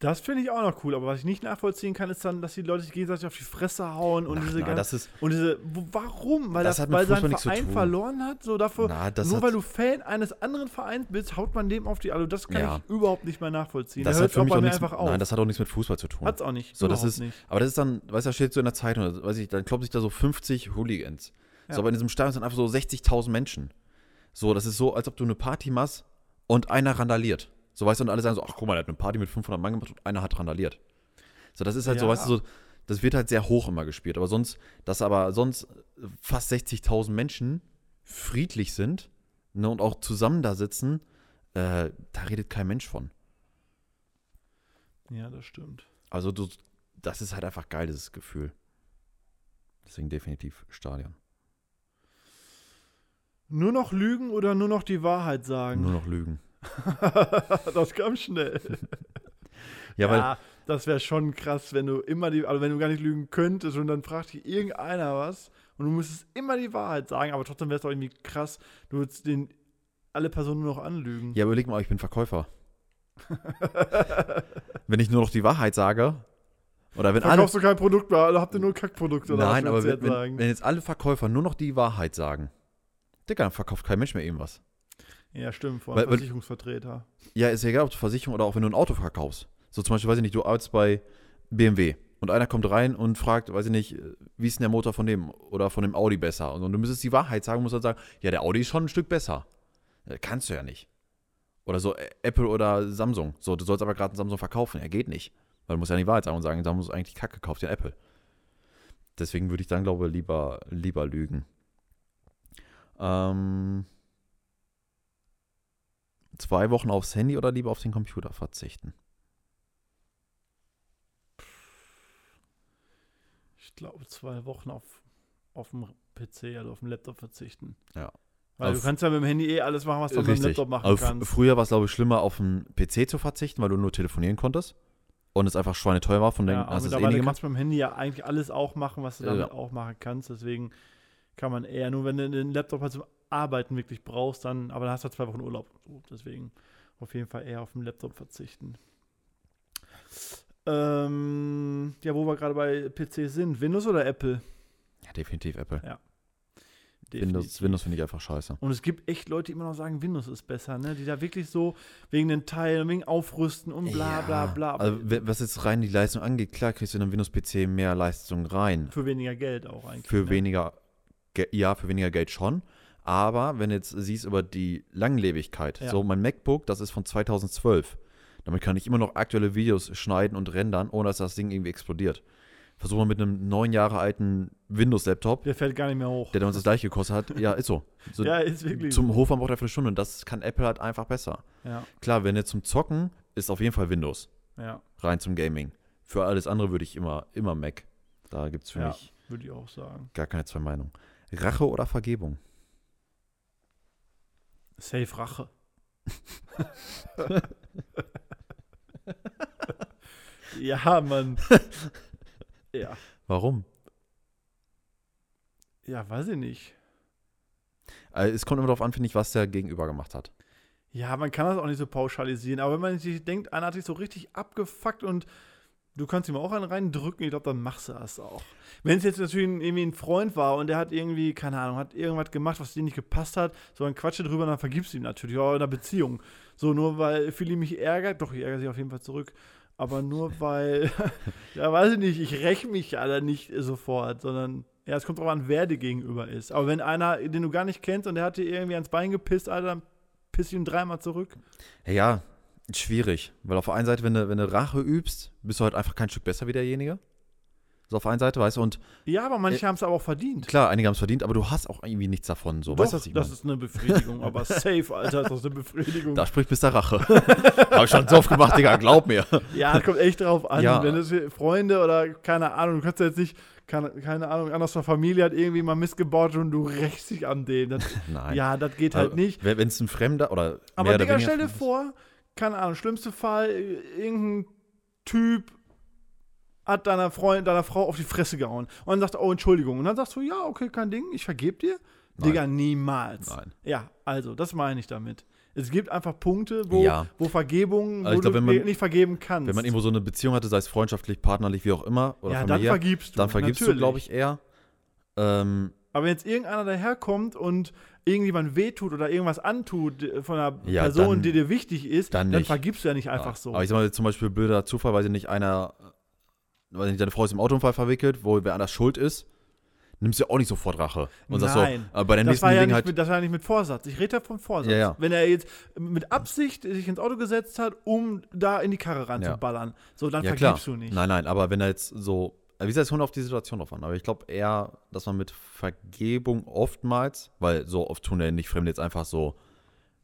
Das finde ich auch noch cool, aber was ich nicht nachvollziehen kann, ist dann, dass die Leute sich gegenseitig auf die Fresse hauen und Ach, diese na, ganzen- das ist- und diese wo- warum? Weil Das das, hat mit weil sein Fußball nichts zu Verein tun. verloren hat, so dafür Na, das nur hat- weil du Fan eines anderen Vereins bist, haut man dem auf die also das kann Ja. ich überhaupt nicht mehr nachvollziehen. Da Das hat hört für mich auch auch bei mir nichts, einfach auf. Nein, das hat auch nichts mit Fußball zu tun. Hat's auch nicht, So, das überhaupt ist, nicht. Aber das ist dann, weißt du, da steht so in der Zeitung, oder weiß ich, dann kloppen sich da so 50 Hooligans. So, aber in diesem Stadion sind einfach so 60.000 Menschen. So, das ist so, als ob du eine Party machst und einer randaliert. So, weißt du, und alle sagen so, ach guck mal, der hat eine Party mit 500 Mann gemacht und einer hat randaliert. So, das ist halt so, Ja. weißt du, so, das wird halt sehr hoch immer gespielt. Aber sonst, dass aber sonst fast 60.000 Menschen friedlich sind ne, und auch zusammen da sitzen, äh, da redet kein Mensch von. ja, das stimmt. Also du, das ist halt einfach geil, dieses Gefühl. Deswegen definitiv Stadion. Nur noch lügen oder nur noch die Wahrheit sagen. Nur noch Lügen. das kam schnell. Ja, weil Ja, das wäre schon krass, wenn du immer die, also wenn du gar nicht lügen könntest und dann fragt dich irgendeiner was und du müsstest immer die Wahrheit sagen, aber trotzdem wäre es doch irgendwie krass, du würdest den alle Personen nur noch anlügen. ja, überleg mal, ich bin Verkäufer. Wenn ich nur noch die Wahrheit sage, oder wenn alle, Verkaufst du kein Produkt mehr, also habt ihr nur Kackprodukte oder nein, was aber willst du wenn, jetzt sagen? wenn, wenn jetzt alle Verkäufer nur noch die Wahrheit sagen, Digga, dann verkauft kein Mensch mehr irgendwas. ja, stimmt, vor Weil- allem weil- Versicherungsvertreter. Ja, ist ja egal, ob du Versicherung oder auch wenn du ein Auto verkaufst. So zum Beispiel, weiß ich nicht, du arbeitest bei BMW und einer kommt rein und fragt, weiß ich nicht, wie ist denn der Motor von dem oder von dem Audi besser? Und du müsstest die Wahrheit sagen, musst dann sagen, ja, der Audi ist schon ein Stück besser. Ja, Kannst du ja nicht. Oder so Ä- Apple oder Samsung. So, du sollst aber gerade einen Samsung verkaufen. Ja, geht nicht. Weil du musst ja die Wahrheit sagen und sagen, Samsung ist eigentlich kacke, kauf dir einen Apple. Deswegen würde ich dann, glaube ich, lieber, lieber lügen. Ähm, zwei Wochen aufs Handy oder lieber auf den Computer verzichten? Ich glaube, zwei Wochen auf, auf dem PC, also auf dem Laptop verzichten. Ja. Weil Auf- du kannst ja mit dem Handy eh alles machen, was du mit dem Laptop machen Also fr- kannst. früher war es, glaube ich, schlimmer, auf den PC zu verzichten, weil du nur telefonieren konntest. Und es einfach schweineteuer war, von denen Ja, aber hast du es eh mittlerweile nie gemacht. kannst du mit dem Handy ja eigentlich alles auch machen, was du damit Ja. auch machen kannst. Deswegen kann man eher nur, wenn du den Laptop halt zum Arbeiten wirklich brauchst, dann, aber dann hast du halt zwei Wochen Urlaub. So, deswegen auf jeden Fall eher auf den Laptop verzichten. Ähm, ja, wo wir gerade bei PC sind, Windows oder Apple? Ja, definitiv Apple. Windows, Definitiv. Windows finde ich einfach scheiße. Und es gibt echt Leute, die immer noch sagen, Windows ist besser, ne? Die da wirklich so wegen den Teilen, wegen Aufrüsten und bla bla Ja, bla. Also, we- was jetzt rein die Leistung angeht, klar kriegst du in einem Windows-PC mehr Leistung rein. für weniger Geld auch eigentlich. Für ne? weniger, Ge- ja, für weniger Geld schon. Aber wenn du jetzt siehst über die Langlebigkeit, Ja. so mein MacBook, das ist von 2012. Damit kann ich immer noch aktuelle Videos schneiden und rendern, ohne dass das Ding irgendwie explodiert. Versuch mal mit einem neun Jahre alten Windows-Laptop, Der fällt gar nicht mehr hoch. der damals das gleiche gekostet hat. Ja, ist so. so ja, ist wirklich. Zum Hofer braucht er für eine Stunde und das kann Apple halt einfach besser. so. ja, Klar, wenn jetzt zum Zocken, ist auf jeden Fall Windows. ja. Rein zum Gaming. Für alles andere würde ich immer, immer Mac. Da gibt es für Ja. mich Würde ich auch sagen. gar keine zwei Meinungen. Rache oder Vergebung? Safe Rache. ja, Mann. ja. Warum? ja, weiß ich nicht. Äh, Es kommt immer darauf an, finde ich, was der Gegenüber gemacht hat. Ja, man kann das auch nicht so pauschalisieren, aber wenn man sich denkt, einer hat dich so richtig abgefuckt und du kannst ihm auch einen reindrücken, ich glaube, dann machst du das auch. Wenn es jetzt natürlich ein- irgendwie ein Freund war und der hat irgendwie, keine Ahnung, hat irgendwas gemacht, was dir nicht gepasst hat, so dann quatsche drüber, dann vergibst du ihm natürlich, auch in einer Beziehung. So, nur weil Philly mich ärgert, doch, ich ärgere sie auf jeden Fall zurück, aber nur weil, ja, weiß ich nicht, ich räche mich alle nicht sofort, sondern, ja, es kommt drauf an, wer dir gegenüber ist. Aber wenn einer, den du gar nicht kennst und der hat dir irgendwie ans Bein gepisst, Alter, dann piss ich ihm dreimal zurück. Äh, Ja, schwierig. Weil auf der einen Seite, wenn du, wenn du Rache übst, bist du halt einfach kein Stück besser wie derjenige. So auf der einen Seite, weißt du, und Ja, aber manche haben es aber auch verdient. Äh, klar, einige haben es verdient, aber du hast auch irgendwie nichts davon. So, weißt du, was ich das meine? ist eine Befriedigung, aber safe, Alter, ist das eine Befriedigung. Da spricht bis der Rache. Hab ich schon so oft gemacht, Digga, glaub mir. Ja, das kommt echt drauf an. Ja. Wenn es Freunde oder keine Ahnung, du kannst ja jetzt nicht, keine, keine Ahnung, einer aus der Familie hat irgendwie mal missgebaut und du rächst dich an den. Das, Nein. Also, ja, das geht halt nicht. Wenn es ein Fremder oder Aber mehr oder Digga, weniger stell dir Fremd ist. vor, keine Ahnung, schlimmste Fall, irgendein Typ hat deiner Freundin, deiner Frau auf die Fresse gehauen und dann sagt, er, oh, Entschuldigung. Und dann sagst du, ja, okay, kein Ding, ich vergeb dir. Nein. Digga, niemals. Nein. Ja, also, das meine ich damit. Es gibt einfach Punkte, wo, Ja. wo Vergebung, wo Also ich glaub, du wenn man- dir nicht vergeben kannst. Wenn man irgendwo so eine Beziehung hatte, sei es freundschaftlich, partnerlich, wie auch immer, oder ja, dann familiär, vergibst du. dann vergibst du, natürlich. glaube ich, eher. Ähm, Aber wenn jetzt irgendeiner daherkommt und irgendjemand wehtut oder irgendwas antut äh, von einer Ja, Person, dann- die dir wichtig ist, dann dann, nicht. vergibst du ja nicht einfach so. Aber ich sag mal, zum Beispiel blöder Zufall, weil sie nicht einer, weil nicht deine Frau ist im Autounfall verwickelt, wo wer anders schuld ist, nimmst du ja auch nicht sofort Rache. Und sagst so, Nein. äh, bei der das nächsten war, ja nicht Gelegenheit. mit, das war ja nicht mit Vorsatz. Ich rede ja vom Vorsatz. Ja, ja. Wenn er jetzt mit Absicht sich ins Auto gesetzt hat, um da in die Karre ranzuballern, so dann ja, klar. vergibst du nicht. Nein, nein, aber wenn er jetzt so. äh, Wie gesagt, es kommt auf die Situation drauf an. Aber ich glaube eher, dass man mit Vergebung oftmals, weil so oft tun ja nicht Fremde jetzt einfach so,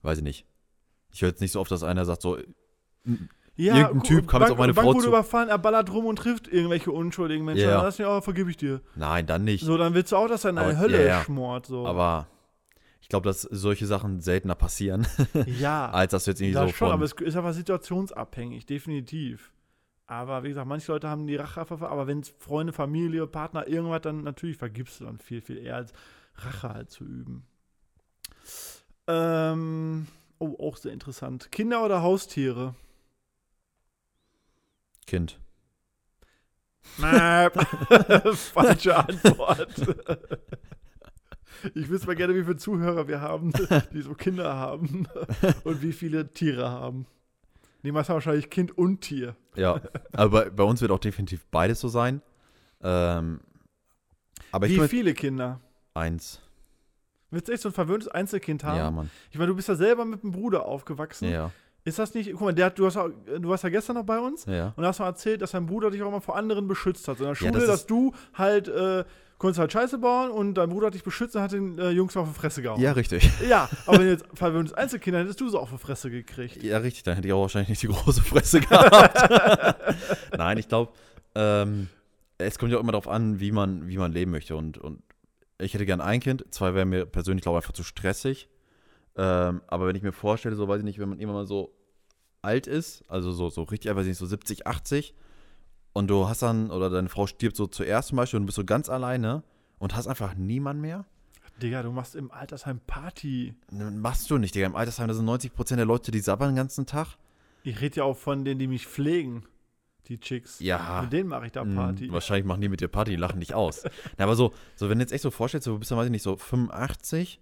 weiß ich nicht. Ich höre jetzt nicht so oft, dass einer sagt so, Ja, Irgendein gu- Typ kam jetzt Bank- auf meine Frau Bankbude zu. überfahren, er ballert rum und trifft irgendwelche unschuldigen Menschen. Ja. Dann sagst du, ja, vergib ich dir. nein, dann nicht. So, dann willst du auch, dass er in Aber- eine Hölle ja, ja. schmort. So. Aber ich glaube, dass solche Sachen seltener passieren, ja. als dass du jetzt irgendwie Ja, so schon, also von- aber es ist aber situationsabhängig, definitiv. Aber wie gesagt, manche Leute haben die Rache einfach, aber wenn es Freunde, Familie, Partner, irgendwas, dann natürlich vergibst du dann viel, viel eher als Rache halt zu üben. Ähm, oh, auch sehr interessant. Kinder oder Haustiere? Kind. Mäp. Falsche Antwort. Ich wüsste mal gerne, wie viele Zuhörer wir haben, die so Kinder haben und wie viele Tiere haben. Die meisten haben wahrscheinlich Kind und Tier. Ja, aber bei, bei uns wird auch definitiv beides so sein. Ähm, aber ich Wie bin viele Kinder? eins. Willst du echt so ein verwöhntes Einzelkind haben? Ja, Mann. Ich meine, du bist ja selber mit dem Bruder aufgewachsen. Ja, Ist das nicht. Guck mal, der hat, du, hast, auch- du warst ja gestern noch bei uns ja. und hast mal erzählt, dass dein Bruder dich auch immer vor anderen beschützt hat. So in der Schule, das ist- dass du halt. Äh, konntest halt Scheiße bauen und dein Bruder hat dich beschützt und hat den äh, Jungs auf die Fresse gehauen. Ja, richtig. Ja, aber wenn du jetzt verwöhntes Einzelkind hättest du so auf die Fresse gekriegt. Ja, richtig. Dann hätte ich auch wahrscheinlich nicht die große Fresse gehabt. Nein, ich glaube, ähm, es kommt ja auch immer darauf an, wie man, wie man leben möchte. Und, und ich hätte gern ein Kind. Zwei wären mir persönlich, glaube ich, einfach zu stressig. Ähm, aber wenn ich mir vorstelle, so weiß ich nicht, wenn man irgendwann mal so alt ist, also so, so richtig, weiß ich nicht, so 70, 80, und du hast dann, oder deine Frau stirbt so zuerst zum Beispiel und du bist so ganz alleine und hast einfach niemanden mehr. Digga, du machst im Altersheim Party. Machst du nicht, Digga. Im Altersheim, da sind 90% der Leute, die sabbern den ganzen Tag. Ich rede ja auch von denen, die mich pflegen. Die Chicks. Ja. Mit denen mache ich da Party. Mm, Wahrscheinlich machen die mit dir Party, die lachen dich aus. Na, aber so, so, wenn du jetzt echt so vorstellst, du bist dann, weiß ich nicht, so 85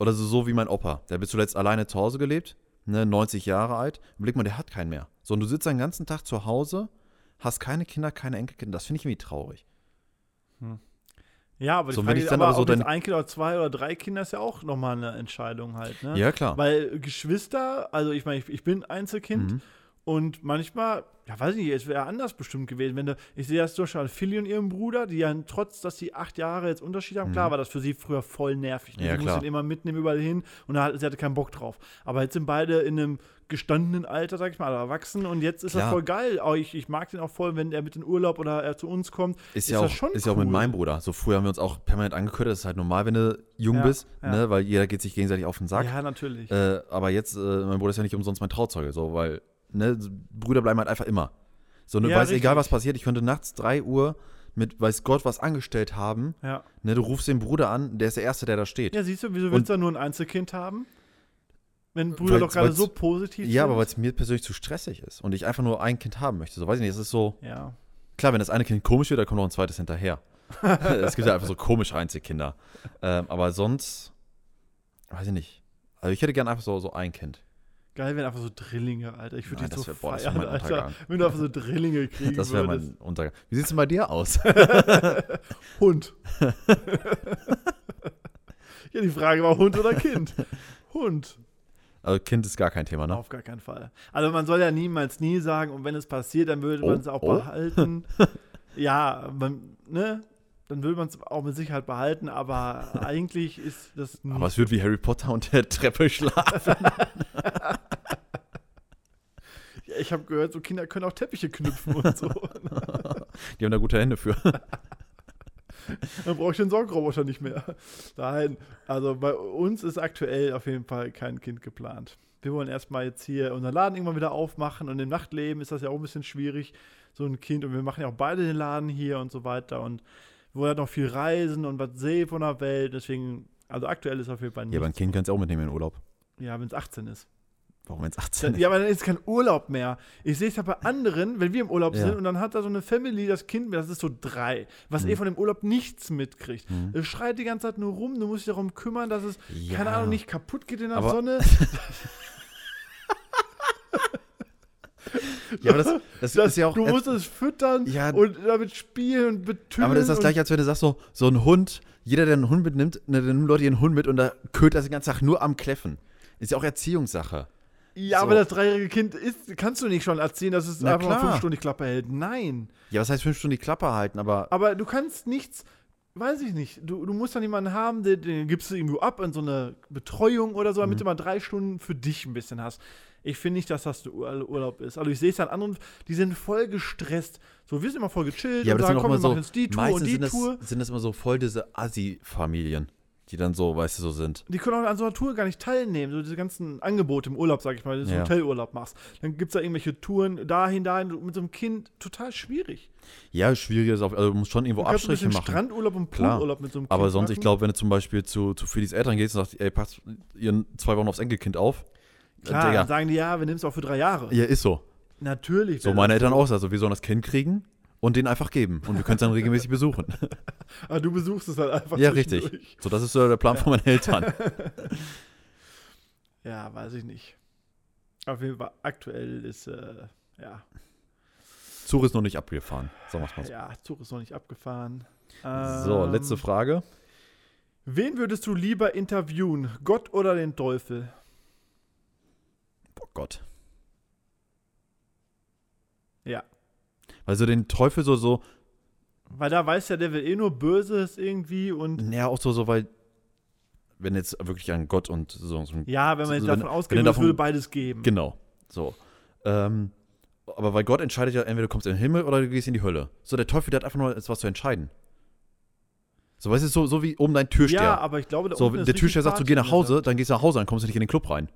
oder so, so wie mein Opa. Der bist du letzt alleine zu Hause gelebt, ne, 90 Jahre alt. Blick mal, der hat keinen mehr. So, und du sitzt den ganzen Tag zu Hause, hast keine Kinder, keine Enkelkinder. Das finde ich irgendwie traurig. Ja, aber die So, wenn Frage ich ist dann aber, aber so ob jetzt dein- ein Kind oder zwei oder drei Kinder ist ja auch nochmal eine Entscheidung halt, ne? Ja, klar. Weil Geschwister, also ich meine, ich, ich bin Einzelkind Mhm. und manchmal, ja weiß ich nicht, es wäre anders bestimmt gewesen, wenn du, ich sehe das zum Beispiel an Philly und ihrem Bruder, die ja trotz, dass sie acht Jahre jetzt Unterschied haben, klar war das für sie früher voll nervig. Ne? Mhm. Ja, sie klar. mussten ihn immer mitnehmen überall hin und da hat, sie hatte keinen Bock drauf. Aber jetzt sind beide in einem gestandenen Alter, sag ich mal, erwachsen und jetzt ist das Klar. voll geil. Aber ich, ich mag den auch voll, wenn er mit in Urlaub oder er zu uns kommt. Ist, ja, das auch, ist ja auch mit cool. meinem Bruder. So früher haben wir uns auch permanent angekündigt. Das ist halt normal, wenn du jung Ja, bist, ja. ne, weil jeder geht sich gegenseitig auf den Sack. Ja, natürlich. Äh, aber jetzt, äh, mein Bruder ist ja nicht umsonst mein Trauzeuge, so, weil, ne, Brüder bleiben halt einfach immer. So, du Ja, weißt, egal richtig. was passiert, ich könnte nachts 3 Uhr mit, weiß Gott, was angestellt haben. ja. Ne, du rufst den Bruder an, der ist der Erste, der da steht. Ja, ja, siehst du, wieso willst du da nur ein Einzelkind haben? Wenn Brüder Weil's- doch gerade weil's- so positiv aber weil sind. es mir persönlich zu stressig ist und ich einfach nur ein Kind haben möchte. So, weiß ich nicht, es ist so, Ja, klar, wenn das eine Kind komisch wird, dann kommt noch ein zweites hinterher. es gibt ja einfach so komische Einzelkinder. Ähm, aber sonst, weiß ich nicht. Also ich hätte gern einfach so, so ein Kind. geil wären einfach so Drillinge, Alter. Ich würde Nein, die das so wär- boah, das wär feiern, mein Alter. Untergang. Wenn du einfach so Drillinge kriegen Das wäre würdest. mein Untergang. Wie sieht es denn bei dir aus? Hund. ja, die Frage war Hund oder Kind? Hund. Also Kind ist gar kein Thema, ne? Auf gar keinen Fall. Also man soll ja niemals nie sagen und wenn es passiert, dann würde Oh, man es auch oh. behalten. ja, man, ne? Dann würde man es auch mit Sicherheit behalten, aber eigentlich ist das nicht Aber es wird wie Harry Potter unter der Treppe schlafen. Ja, ich habe gehört, so Kinder können auch Teppiche knüpfen und so. Die haben da gute Hände für. Dann brauche ich den Saugroboter nicht mehr. Nein, also bei uns ist aktuell auf jeden Fall kein Kind geplant. Wir wollen erstmal jetzt hier unseren Laden irgendwann wieder aufmachen und im Nachtleben ist das ja auch ein bisschen schwierig, so ein Kind. Und wir machen ja auch beide den Laden hier und so weiter. Und wir wollen halt noch viel reisen und was sehen von der Welt. Deswegen, also aktuell ist auf jeden Fall Ja, aber ein nichts. Kind kannst du auch mitnehmen in den Urlaub. Ja, wenn es 18 ist. Warum jetzt 18? Dann, ja, aber dann ist kein Urlaub mehr. Ich sehe es ja bei anderen, wenn wir im Urlaub Ja. sind und dann hat da so eine Family das Kind, das ist so drei, was Mhm. eh von dem Urlaub nichts mitkriegt. Es schreit die ganze Zeit nur rum, du musst dich darum kümmern, dass es, Ja. keine Ahnung, nicht kaputt geht in der Aber- Sonne. Ja, aber das, das, ist ja auch. du musst es füttern Ja. und damit spielen und betüdeln. aber das ist das und- gleiche, als wenn du sagst, so, so ein Hund, jeder, der einen Hund mitnimmt, ne, dann nimmt Leute ihren Hund mit und da köht das den ganzen Tag nur am Kläffen. Ist ja auch Erziehungssache. Ja, so. aber das dreijährige Kind ist, kannst du nicht schon erzählen, dass es Na einfach mal klar. fünf Stunden die Klappe hält. Nein. Ja, was heißt fünf Stunden die Klappe halten, aber. Aber du kannst nichts, weiß ich nicht, du, du musst dann jemanden haben, den, den gibst du irgendwo ab in so eine Betreuung oder so, damit Mhm. du mal drei Stunden für dich ein bisschen hast. Ich finde nicht, dass das der Ur- Urlaub ist. Also ich sehe es an anderen, die sind voll gestresst. So, wir sind immer voll gechillt Ja, aber und sagen, das sind auch komm, immer wir so. machen jetzt die Tour und Meistens die sind das, Tour. sind das immer so voll diese Assi-Familien, die dann so, weißt du, so sind. Die können auch an so einer Tour gar nicht teilnehmen. So diese ganzen Angebote im Urlaub, sag ich mal, wenn du so Ja. einen Hotelurlaub machst. Dann gibt es da irgendwelche Touren dahin, dahin, mit so einem Kind. Total schwierig. Ja, schwieriger ist auch, also du musst schon irgendwo Du kannst ein Abstriche bisschen machen. Strandurlaub und Klar. Poolurlaub mit so einem Kind Aber sonst, ich machen. glaube, wenn du zum Beispiel zu, zu Felix Eltern gehst und sagst, ey, passt ihr zwei Wochen aufs Enkelkind auf. Äh, Klar, Digga, dann sagen die, ja, wir nehmen es auch für drei Jahre. ja, ist so. Natürlich. So wär meine das Eltern auch. Also wir sollen das Kind kriegen und den einfach geben. Und wir können es dann regelmäßig besuchen. Aber du besuchst es halt einfach. ja, richtig. zwischendurch. So, das ist so der Plan von meinen Eltern. Ja, weiß ich nicht. Auf jeden Fall, aktuell ist, äh, ja, Zug ist noch nicht abgefahren. Sagen wir mal so. ja, Zug ist noch nicht abgefahren. So, Ähm, letzte Frage. Wen würdest du lieber interviewen? Gott oder den Teufel? Oh Gott. Ja. Weil so den Teufel so, so, Weil da weiß ja, der will eh nur Böses irgendwie und. naja, auch so, so, weil, wenn jetzt wirklich an Gott und so, so ein Ja, wenn man jetzt Also wenn- davon wenn ausgeht, er es davon- würde beides geben. Genau. So. Ähm, aber weil Gott entscheidet ja, entweder du kommst in den Himmel oder du gehst in die Hölle. So, der Teufel, der hat einfach nur jetzt was zu entscheiden. So, weißt du, so, so wie oben dein Türsteher. ja, aber ich glaube, da so, unten wenn ist der richtig Türsteher sagt, so Party geh nach in der Hause, dann gehst du nach Hause, dann kommst du nicht in den Club rein.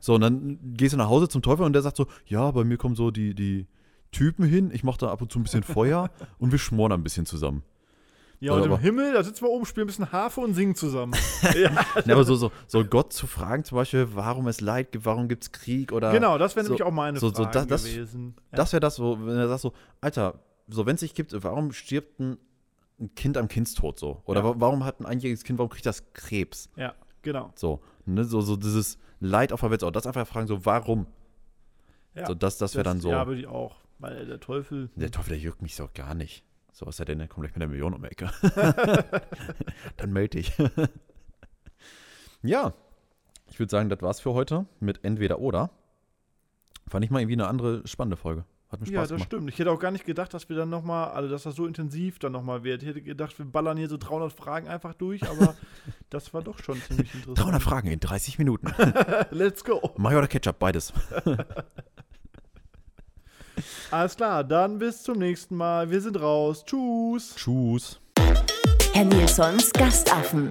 So, und dann gehst du nach Hause zum Teufel und der sagt so, ja, bei mir kommen so die, die Typen hin, ich mach da ab und zu ein bisschen Feuer und wir schmoren da ein bisschen zusammen. Ja, und im Aber- Himmel, da sitzen wir oben, spielen ein bisschen Harfe und singen zusammen. ja, Ne, aber so, so, so Gott zu fragen, zum Beispiel, warum es Leid gibt, warum gibt's Krieg oder. genau, das wäre so- nämlich auch meine so- so Frage das- das- gewesen. Ja. Das wäre das, wo, wenn er sagt so, Alter, so wenn es sich gibt, warum stirbt ein, ein Kind am Kindstod so? Oder Ja. wa- warum hat ein einjähriges Kind, warum kriegt das Krebs? ja, genau. So, ne, so, so dieses Leid auf der Welt, so, das einfach fragen, so, warum? Ja, So, das, das wäre dann so. Ja, würde ich auch. Weil der Teufel. der Teufel, der juckt mich so gar nicht. So, was er denn, der kommt gleich mit einer Million um die Ecke. dann melde ich. ja, ich würde sagen, das war's für heute mit Entweder oder. Fand ich mal irgendwie eine andere spannende Folge. Hat mir Spaß Ja, das gemacht. stimmt. Ich hätte auch gar nicht gedacht, dass wir dann nochmal, also dass das so intensiv dann nochmal wird. Ich hätte gedacht, wir ballern hier so 300 Fragen einfach durch, aber das war doch schon ziemlich interessant. 300 Fragen in 30 Minuten. Let's go. Mayo oder Ketchup, beides. Alles klar, dann bis zum nächsten Mal. Wir sind raus. Tschüss. Tschüss. Herr Nilsons Gastaffen.